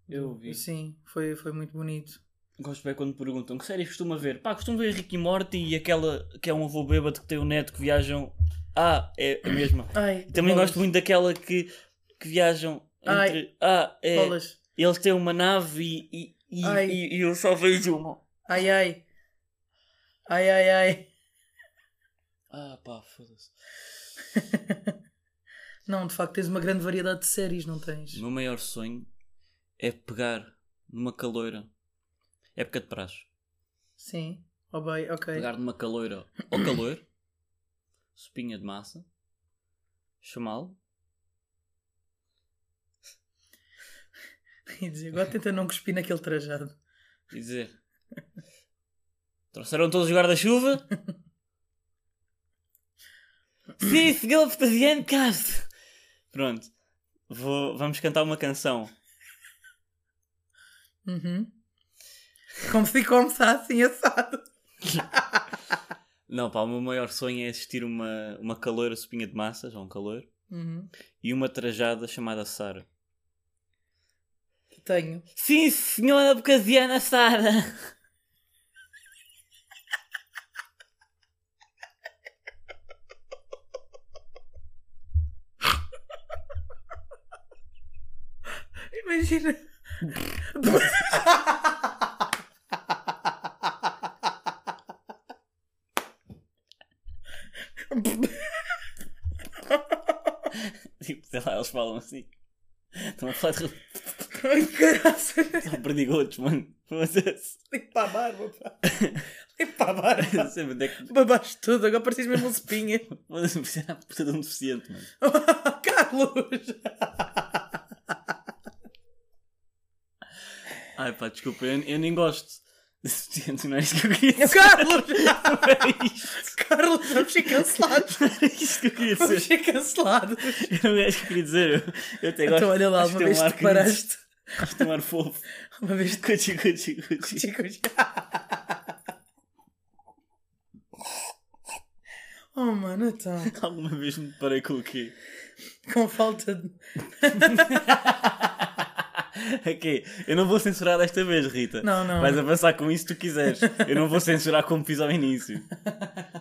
B: Eu vi.
A: Sim, foi, foi muito bonito.
B: Gosto bem quando perguntam que séries costuma ver. Pá, costumo ver Rick e Morty e aquela que é um avô bêbado que tem um neto que viajam. Ah, é a mesma.
A: Ai,
B: Também
A: bolas.
B: gosto muito daquela que, que viajam
A: Ai.
B: entre. Ah, é.
A: Bolas.
B: Eles têm uma nave e, e, e,
A: Ai.
B: e- e eu só vejo uma.
A: Ai, ai. Ai, ai, ai.
B: Ah, pá, foda-se.
A: Não, de facto, tens uma grande variedade de séries, não tens?
B: O meu maior sonho é pegar numa caloira. Época de praxe.
A: Sim. Oh, bem, ok.
B: pegar numa caloira ou calor, sopinha de massa, chamá-lo.
A: E dizer, agora tenta não cuspir naquele trajado.
B: e dizer: Trouxeram todos os guarda-chuva? Sim, seguiu o vegetariano, caso. Pronto, Vou- vamos cantar uma canção.
A: Uhum. Como se começasse assim assado.
B: Não, pá, o meu maior sonho é assistir uma, uma caloira sopinha de massas, ou um calor,
A: Uhum.
B: e uma trajada chamada Sara.
A: Tenho.
B: Sim, senhora bocasiana Sara!
A: Imagina.
B: Tipo, sei lá, eles falam assim. Estão a falar de
A: Ai, caralho.
B: São perdigotos, mano. Foda-se.
A: Limpa para a barba, pá. Limpa para a barba.
B: Não sei, mas é que.
A: Babaste tudo, agora pareces mesmo um espinha.
B: Foda-se, mas era a puta de um deficiente, mano.
A: Carlos!
B: Ai pá, desculpa, eu, eu nem gosto de deficiente, não é isto que eu queria dizer.
A: Carlos!
B: Não era isto.
A: Carlos, vamos ser cancelados!
B: Não era isto que eu queria
A: Vamos
B: dizer.
A: ser cancelados!
B: Eu não era isto que eu queria dizer. Eu, eu até gosto.
A: Então olha lá,
B: acho
A: uma
B: que tem
A: vez
B: um ar
A: que
B: querido,
A: paraste.
B: Acho que tem um ar fofo.
A: Uma vez que
B: Cuti, cuti, cuti.
A: Chicos. Oh mano, então,
B: Alguma vez me deparei com o quê?
A: com falta de.
B: ok, É eu não vou censurar desta vez, Rita.
A: Não, não.
B: Vais avançar com isso se tu quiseres. Eu não vou censurar como fiz ao início.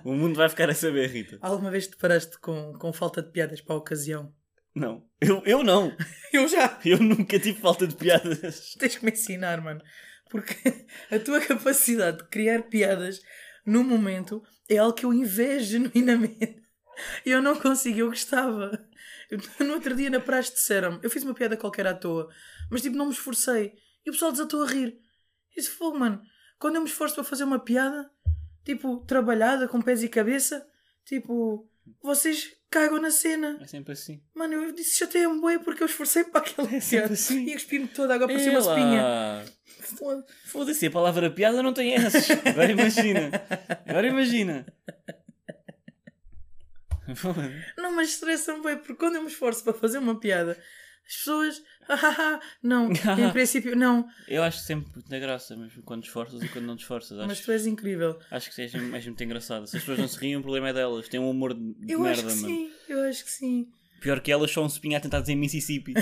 B: O mundo vai ficar a saber, Rita.
A: Alguma vez te paraste com, com falta de piadas para a ocasião?
B: Não. Eu, eu não.
A: Eu já!
B: Eu nunca tive falta de piadas.
A: Tens que me ensinar, mano. Porque a tua capacidade de criar piadas no momento é algo que eu invejo genuinamente. E Eu não consigo, eu gostava. Eu- no outro dia na praxe disseram-me, eu fiz uma piada qualquer à toa, mas tipo não me esforcei. E o pessoal desatou a rir. Isso foi, mano. Quando eu me esforço para fazer uma piada, tipo, trabalhada, com pés e cabeça, tipo, vocês cagam na cena.
B: É sempre assim.
A: Mano, eu disse já tenho um boi porque eu esforcei para aquela piada.
B: sempre assim.
A: E eu cuspi-me toda, agora parecia uma espinha.
B: espinha. Foda-se, a palavra piada não tem esses. Agora imagina. Agora imagina. Foda-se.
A: Não, mas estressa-me bem, porque quando eu me esforço para fazer uma piada, as pessoas. "Ah, ah, ah", não, em princípio, não.
B: Eu acho sempre na graça, mesmo quando te esforças e quando não te esforças. Acho,
A: Mas tu és incrível.
B: acho que és, és muito engraçado. Se as pessoas não se riem, o problema é delas. Têm um humor de de
A: Eu
B: merda,
A: acho que
B: mano.
A: sim, eu acho que sim.
B: Pior que elas, só um espinha a tentar dizer Mississippi.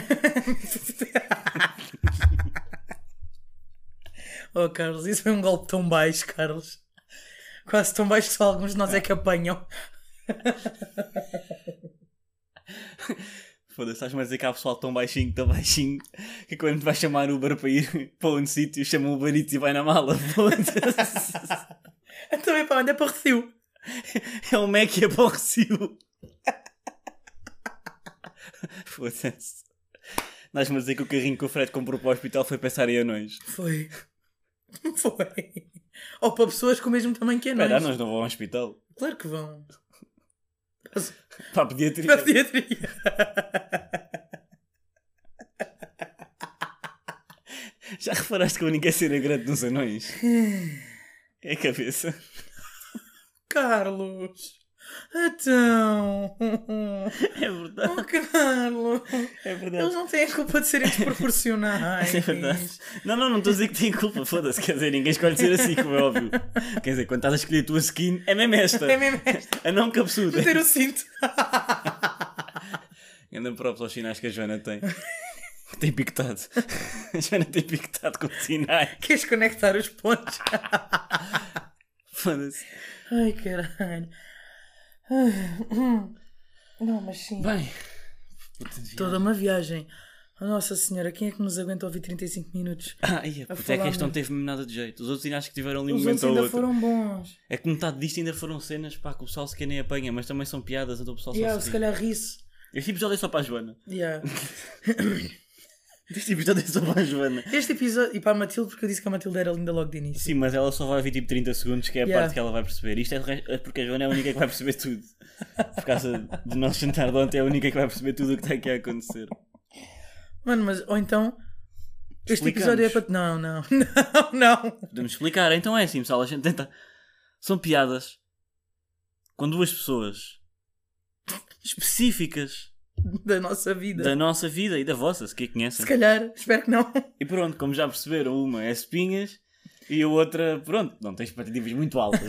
A: Oh, Carlos, isso foi um golpe tão baixo, Carlos. Quase tão baixo que só alguns de nós é que apanham.
B: Foda-se, estás-me a dizer que há pessoal tão baixinho, tão baixinho, que quando vai chamar Uber para ir para um sítio, chama o Uber Eats e vai na mala. Foda-se.
A: Então é para onde é para Recio.
B: É um Mac e é para o Recio. Foda-se. Estás-me a dizer que o carrinho que o Fred comprou para o hospital foi pensar em anões.
A: Foi. Foi. Ou para pessoas com o mesmo tamanho que a
B: Espera,
A: nós.
B: anões não vão ao hospital.
A: Claro que vão.
B: Para a pediatria.
A: Para a pediatria.
B: Já reparaste que a única cena grande nos anões é a cabeça.
A: Carlos! Então.
B: É verdade.
A: Oh, Carlos.
B: É verdade.
A: Eles não têm a culpa de serem desproporcionais.
B: É verdade. Não, não, não estou a dizer que tem culpa, foda-se. Quer dizer, ninguém escolhe ser assim, como é óbvio. Quer dizer, quando estás a escolher a tua skin, é mesmo esta.
A: É mesmo esta.
B: A não cabeçuda.
A: Meter o cinto.
B: Anda próprio aos sinais que a Joana tem. Tem piquetado. A Joana tem piquetado com sinais.
A: Queres conectar é os pontos?
B: Foda-se.
A: Ai, caralho. Ah, Não, mas sim.
B: Bem.
A: Toda uma viagem. Oh, Nossa Senhora, quem é que nos aguenta ouvir 35 minutos?
B: Ah, ia,
A: A
B: puta, é que
A: falar
B: este não
A: mesmo.
B: teve mesmo nada de jeito. Os outros ainda acho que tiveram ali um
A: Os outros
B: momento ou
A: ainda
B: outro.
A: foram bons.
B: É que metade disto ainda foram cenas pá, que o pessoal sequer nem apanha, mas também são piadas, então o pessoal
A: Yeah,
B: só se
A: se
B: ri.
A: calhar ri-se.
B: Este episódio é só para a Joana.
A: Yeah.
B: Este episódio é só para a Joana.
A: Este episódio. E para a Matilde, porque eu disse que a Matilde era linda logo de início.
B: Sim, mas ela só vai ouvir tipo 30 segundos, que é a
A: Yeah.
B: parte que ela vai perceber. Isto é o resto- é porque a Joana é a única que vai perceber tudo. Por causa do nosso jantar de ontem, é a única que vai perceber tudo o que está aqui a acontecer.
A: Mano, mas. Ou então. Este
B: Explicamos.
A: episódio é para. Não, não. Não, não.
B: Podemos explicar. Então é assim, pessoal. A gente tenta. São piadas com duas pessoas específicas
A: Da nossa vida.
B: da nossa vida e da vossa, se que a conhecem.
A: Se calhar. Espero que não.
B: E pronto, como já perceberam, uma é espinhas e a outra, pronto, não tem expectativas muito altas.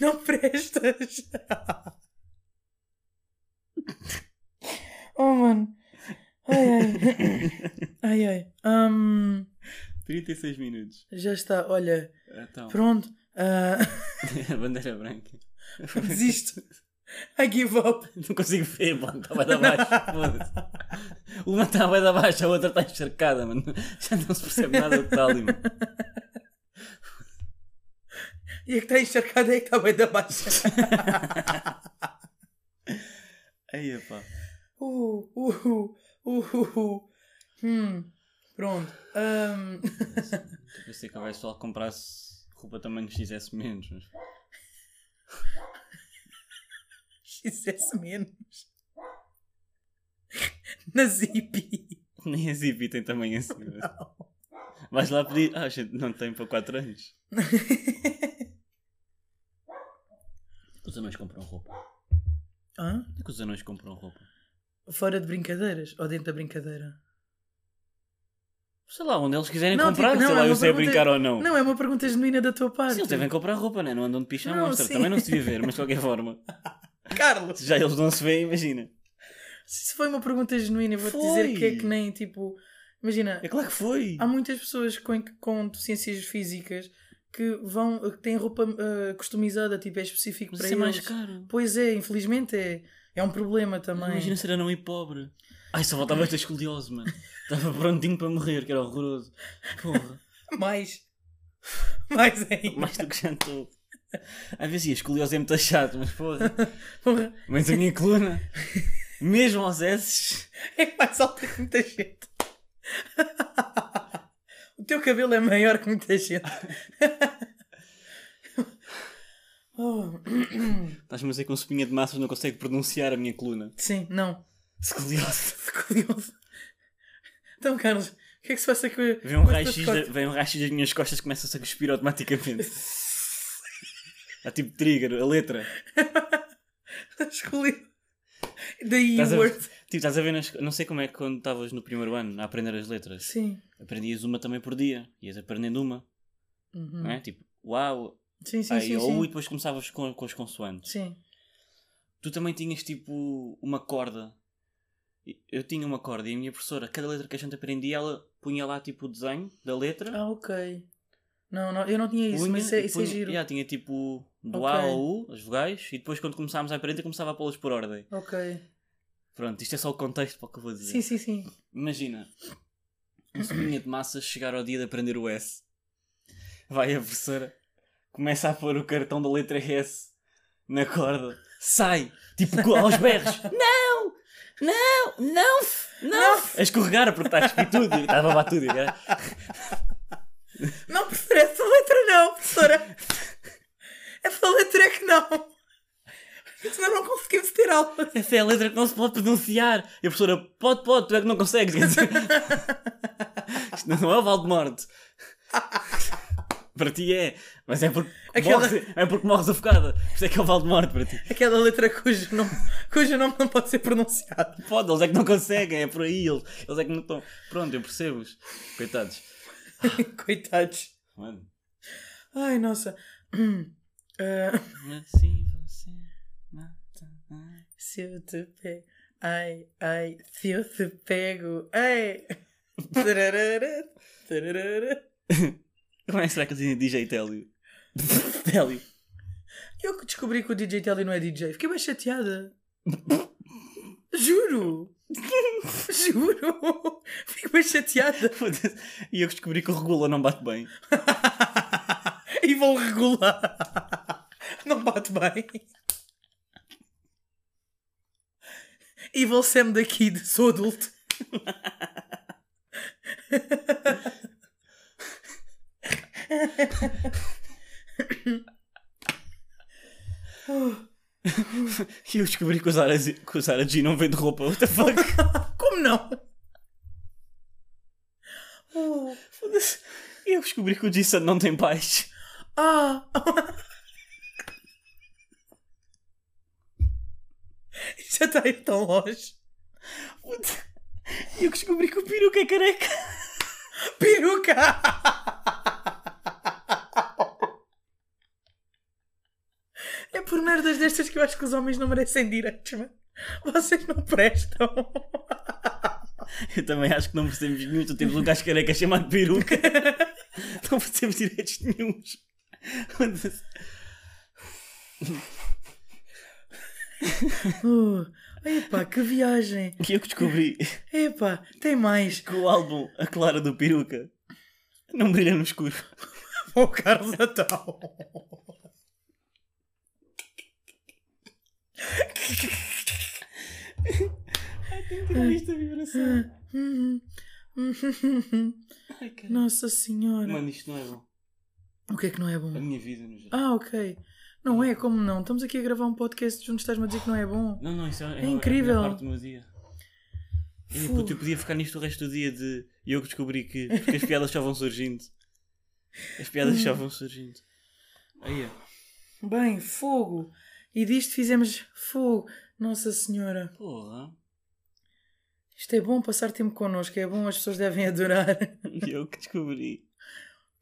A: Não prestas. Oh, mano. Ai, ai. Ai, ai. Hum,
B: 36 minutos.
A: já está. Olha.
B: Então,
A: Pronto. Ah,
B: a bandeira branca.
A: desisto. I give up.
B: Não consigo ver, mano, está bem da baixo. foda-se. Uma está bem da baixo, a outra está encharcada, mano. Já não se percebe nada do que está ali, mano.
A: E a que está encharcada é a que está bem da baixa.
B: Aí, pá.
A: Uh, uh, uh, uh, uh. Hum, pronto. Hum,
B: Eu sei que o pessoal comprasse roupa também que fizesse menos, mas.
A: XS menos. Na Zippy.
B: Nem a Zippy tem tamanho assim. mas- Vais lá pedir. Ah, gente, não tem para 4 anos. Os anões compram roupa.
A: Hã?
B: Onde é que os anões compram roupa?
A: Fora de brincadeiras? Ou dentro da brincadeira?
B: Sei lá, onde eles quiserem
A: Não,
B: comprar,
A: tipo, não,
B: sei lá,
A: é
B: eu
A: uma
B: sei a
A: pergunta-
B: brincar ou não.
A: Não, é uma pergunta genuína da tua parte.
B: Sim, eles devem comprar roupa, né? não andam de picha à
A: Não,
B: mostra.
A: sim.
B: Também não se devia ver, mas de qualquer forma.
A: Carlos!
B: Se já eles não se veem, imagina.
A: Se foi uma pergunta genuína, eu vou-te
B: Foi.
A: dizer que é que nem tipo. Imagina,
B: É claro que foi.
A: há muitas pessoas com, com deficiências físicas que vão que têm roupa ah, customizada, tipo, é específico
B: Mas
A: para
B: isso é
A: eles.
B: mais caro.
A: Pois é, infelizmente é, é um problema também.
B: Imagina ser anão e pobre. Ai, só faltava esta escoliose, mano. Estava prontinho para morrer, que era horroroso. Porra.
A: Mais. Mais ainda.
B: mais do que já estou. Às vezes, ia, escoliose é muito chato, mas porra.
A: Porra,
B: Mas a minha coluna, mesmo aos S,
A: é mais alta que muita gente. O teu cabelo é maior que muita gente. Oh,
B: estás-me a dizer que um espinha de massas não consegue pronunciar a minha coluna.
A: Sim, não.
B: Escoliose.
A: Curioso. Então, Carlos, o que é que se passa com.
B: Vem um
A: com
B: raio-x
A: estas
B: da-
A: costas?
B: vem um raio-x das minhas costas e começa-se a cuspir automaticamente. Há tipo trigger, a letra.
A: Tá Escolhido. Daí
B: Estás a,
A: word.
B: tipo, estás a ver, nas- não sei como é que quando estavas no primeiro ano a aprender as letras,
A: Sim.
B: aprendias uma também por dia, ias aprendendo uma,
A: Uhum.
B: não é? Tipo, uau,
A: Sim, sim,
B: ai,
A: sim.
B: ou, e é
A: Sim.
B: depois começavas com, com os consoantes.
A: sim.
B: tu também tinhas tipo uma corda. E- Eu tinha uma corda e a minha professora, cada letra que a gente aprendia, ela punha lá tipo o desenho da letra.
A: Ah, ok. Não, não, eu não tinha isso,
B: punha
A: mas isso é,
B: e
A: isso é
B: punha-
A: giro.
B: Yeah, tinha tipo do
A: Ok.
B: A ao U, as vogais, e depois quando começámos a aprender, começava a pô-las por ordem.
A: Ok.
B: Pronto, isto é só o contexto para o que eu vou dizer.
A: Sim, sim, sim.
B: Imagina um sobrinho de massas chegar ao dia de aprender o S. Vai a professora, começa a pôr o cartão da letra S na corda, sai, tipo co- aos berros: Não! Não! Não! f- Não! f-" A escorregar porque está a cuspir tudo, e estava a bater tudo. Cara.
A: Não, professora, essa letra não, professora. Essa letra é que não. Senão não conseguimos ter aula.
B: Essa é a letra que não se pode pronunciar. E a professora: Pode, pode, tu é que não consegues. Quer dizer, isto não é o Valdemorte. Para ti é, mas é porque,
A: Aquela-
B: morres, é porque morres afogada. Por isso é que é o Valdemar para ti.
A: Aquela letra cujo nome, cujo nome não pode ser pronunciado.
B: Pode, eles é que não conseguem, é por aí. Eles, eles é que não estão. Pronto, eu percebo-os. Coitados.
A: Coitados.
B: Mano.
A: Ai, nossa. Ah,
B: Assim você mata.
A: se eu te pego. Ai, ai, se eu te pego. Ai. Tararara, tararara.
B: Como é que será que dizem DJ Télio? Télio.
A: Eu que descobri que o DJ Telly não é DJ. Fiquei bem chateada. Juro. Juro. Fico bem chateada.
B: Foda-se. E eu que descobri que o Regula não bate bem.
A: E vou regular. Não bate bem. E vou Sam da Kid, sou adulto.
B: E eu descobri que o Zara, que o Zara G não vende roupa. What the fuck?
A: Como não? Oh.
B: Foda-se. E eu descobri que o Jason não tem pais.
A: Ah! Isto Já está a ir tá tão longe.
B: E eu descobri que o peruca é careca.
A: Peruca! É por merdas destas que eu acho que os homens não merecem direitos, mano. Vocês não prestam.
B: Eu também acho que não percebemos nenhum. Tu temos um gajo careca chamado peruca. Não percebemos direitos nenhums. Foda-se.
A: Uh, epá, que viagem.
B: E eu que descobri
A: Epá, tem mais.
B: que o álbum A Clara do Peruca não brilha no escuro.
A: O Carlos Natal.
B: Isto é vibração.
A: Ah, hum, Nossa Senhora.
B: Mano, isto não é bom.
A: O que é que não é bom?
B: A minha vida no geral.
A: Ah, ok. Não é, como não? Estamos aqui a gravar um podcast juntos, estás-me a dizer que não é bom?
B: Não, não, isso é,
A: É incrível.
B: É a melhor parte do meu dia. E,
A: Fu.
B: puto, eu podia ficar nisto o resto do dia de e eu que descobri que porque as piadas só vão surgindo. As piadas só vão surgindo. Aí, é. ó.
A: Bem, fogo. E disto fizemos fogo. Nossa Senhora.
B: porra.
A: Isto é bom passar tempo connosco, é bom, as pessoas devem adorar. O
B: E eu que descobri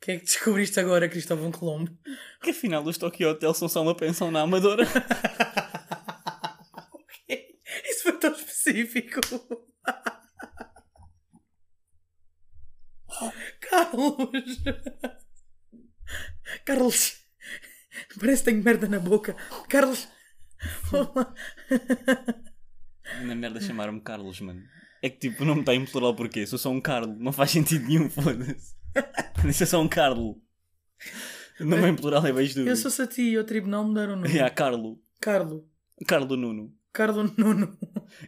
A: que é que descobriste agora, Cristóvão Colombo?
B: que afinal os Tokyo Hotel são só uma pensão na Amadora.
A: Isso foi tão específico. Carlos. Carlos. Parece que tenho merda na boca. Carlos. Olá.
B: Na merda chamaram-me Carlos, mano. É que tipo, não me está em plural porquê? Sou só um Carlo. Não faz sentido nenhum, foda-se. Isso é só um Carlo. O nome em plural é bem estúpido.
A: Eu sou um Sati e ao tribunal me deram o nome.
B: Yeah, Carlo.
A: Carlo.
B: Carlo Nuno.
A: Carlo Nuno.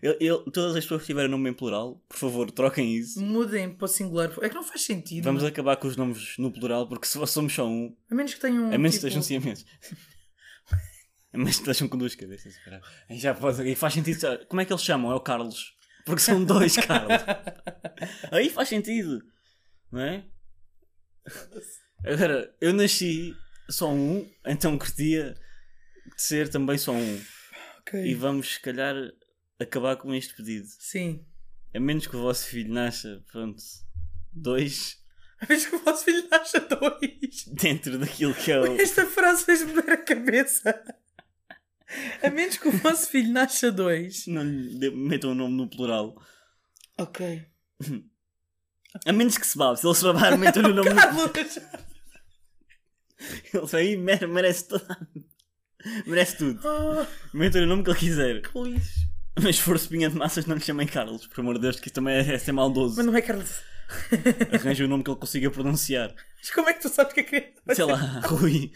B: Eu, eu- todas as pessoas que tiverem nome em plural, por favor, troquem
A: Hum.
B: isso.
A: Mudem para o singular. É que não faz sentido.
B: Vamos
A: a...
B: acabar com os nomes no plural, porque se somos só um,
A: menos que tenham.
B: a menos que assim,
A: tipo,
B: estejam imensos. A menos que estejam com duas cabeças. caralho. Aí já pode. Aí faz sentido. sabe? Como é que eles chamam? É o Carlos. Porque são dois Carlos. Aí faz sentido. Não é? Agora, eu nasci só um, então curtia de ser também só um.
A: ok.
B: E vamos, se calhar, acabar com este pedido.
A: Sim.
B: A menos que o vosso filho nasça, pronto, dois,
A: A vez que o vosso filho nasce a dois.
B: dentro daquilo que é o.
A: Esta frase fez-me dar a cabeça. A menos que o vosso filho nasça dois.
B: Não lhe de- metam o nome no plural.
A: Ok.
B: A menos que se babe. Se ele se babar, metam o nome no
A: Carlos!
B: Ele aí mere- merece tudo. Merece tudo.
A: Oh,
B: Metam o nome que ele quiser.
A: que lixo.
B: Mas se for espinha de massas, não lhe chamem Carlos, por amor de Deus, que isso também é, é ser maldoso.
A: Mas não é Carlos.
B: Arranja o nome que ele consiga pronunciar.
A: Mas como é que tu sabes que é criança?
B: Sei lá, Rui.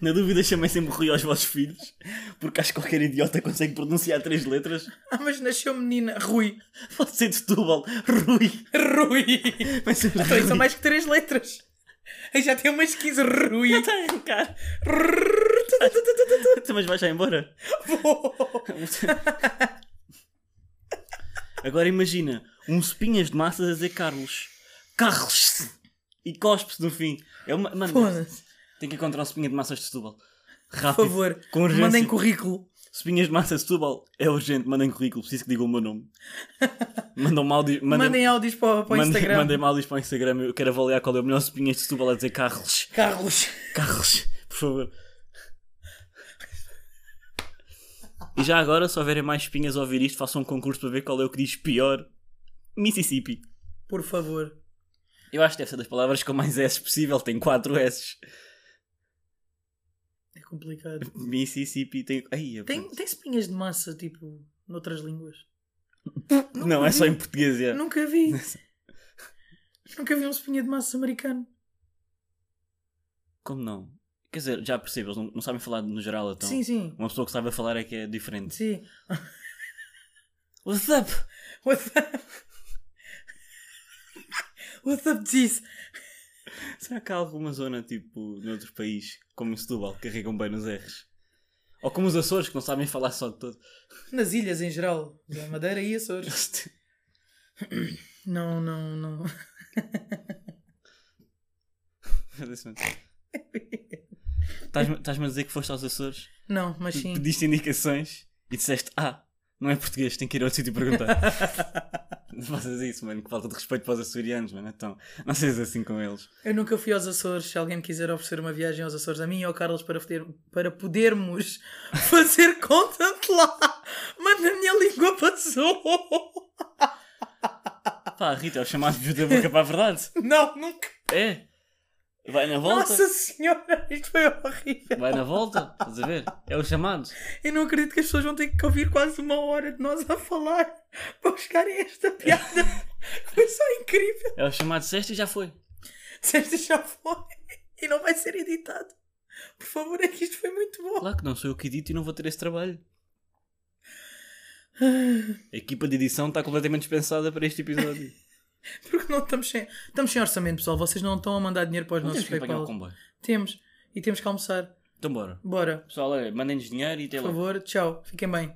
B: Na dúvida, chamem sempre Rui aos vossos filhos, porque acho que qualquer idiota consegue pronunciar três letras.
A: Ah, mas nasceu menina. Rui.
B: Pode ser de Setúbal, Rui.
A: Rui.
B: Mas o
A: Então,
B: Rui.
A: são mais que três letras. Aí já tem umas 15. Rui.
B: Está a arrancar. Tu, Mas vais já embora. Agora imagina um espinhas de massas a dizer Carlos. Carlos! e cospe-se no fim. É uma, mano,
A: Foda-se.
B: tem que encontrar o espinha de massas de Setúbal.
A: Por
B: Rápido.
A: favor,
B: com urgência.
A: mandem currículo.
B: Espinhas de massa Setúbal é urgente, mandem currículo, preciso que digam o meu nome. Mandam-me áudio, mandem,
A: Mandem áudios para, para o
B: mandem-
A: Instagram.
B: mandem-me áudios para o Instagram, eu quero avaliar qual é o melhor espinhas de Setúbal a dizer Carlos.
A: Carlos.
B: Carlos, por favor. E já agora, se houverem mais espinhas a ouvir isto, façam um concurso para ver qual é o que diz pior. Mississippi.
A: Por favor.
B: Eu acho que deve ser das palavras com mais S possível, tem 4 S.
A: É complicado.
B: Mississippi tem. Ai, é
A: Tem,
B: pronto.
A: tem espinhas de massa, tipo, noutras línguas?
B: Não, é só em português. É.
A: Nunca vi. Nunca vi um espinha de massa americano.
B: Como não? Quer dizer, já percebo, eles não, não sabem falar no geral, então.
A: Sim, sim.
B: Uma pessoa que sabe falar é que é diferente.
A: Sim.
B: What's up?
A: What's up? What's up, Gis?
B: Será que há alguma zona, tipo, noutro país, como em Setúbal, que carregam bem nos R's? Ou como os Açores, que não sabem falar só de todo.
A: Nas ilhas em geral. Da Madeira e Açores. Não, não, não.
B: Estás-me a dizer que foste aos Açores,
A: Não, mas sim.
B: pediste indicações e disseste: Ah, não é português, tenho que ir a outro sítio perguntar. não faças isso, mano, que falta de respeito para os açorianos, mano. Então, não sejas assim com eles.
A: Eu nunca fui aos Açores. Se alguém me quiser oferecer uma viagem aos Açores, a mim e ao Carlos, para, poder- para podermos fazer content lá, manda a minha língua passou.
B: Pá, Rita, é o chamado de da boca para a verdade.
A: Não, nunca.
B: É. Vai na volta.
A: Nossa Senhora, isto foi horrível.
B: Vai na volta, estás a ver? É o chamado.
A: Eu não acredito que as pessoas vão ter que ouvir quase uma hora de nós a falar para buscarem esta piada. Foi só incrível.
B: É o chamado sexta e já foi.
A: Disseste já foi e não vai ser editado. Por favor, é que isto foi muito bom.
B: Claro que não sou eu que edito e não vou ter esse trabalho. A equipa de edição está completamente dispensada para este episódio.
A: Porque não estamos sem, estamos sem orçamento, pessoal. Vocês não estão a mandar dinheiro para os
B: Não
A: nossos
B: temos que apanhar o
A: PayPal.
B: comboio.
A: Temos. E temos que almoçar.
B: Então bora.
A: Bora.
B: Pessoal, olha, mandem-nos dinheiro e até
A: Por
B: logo.
A: favor, tchau. Fiquem bem.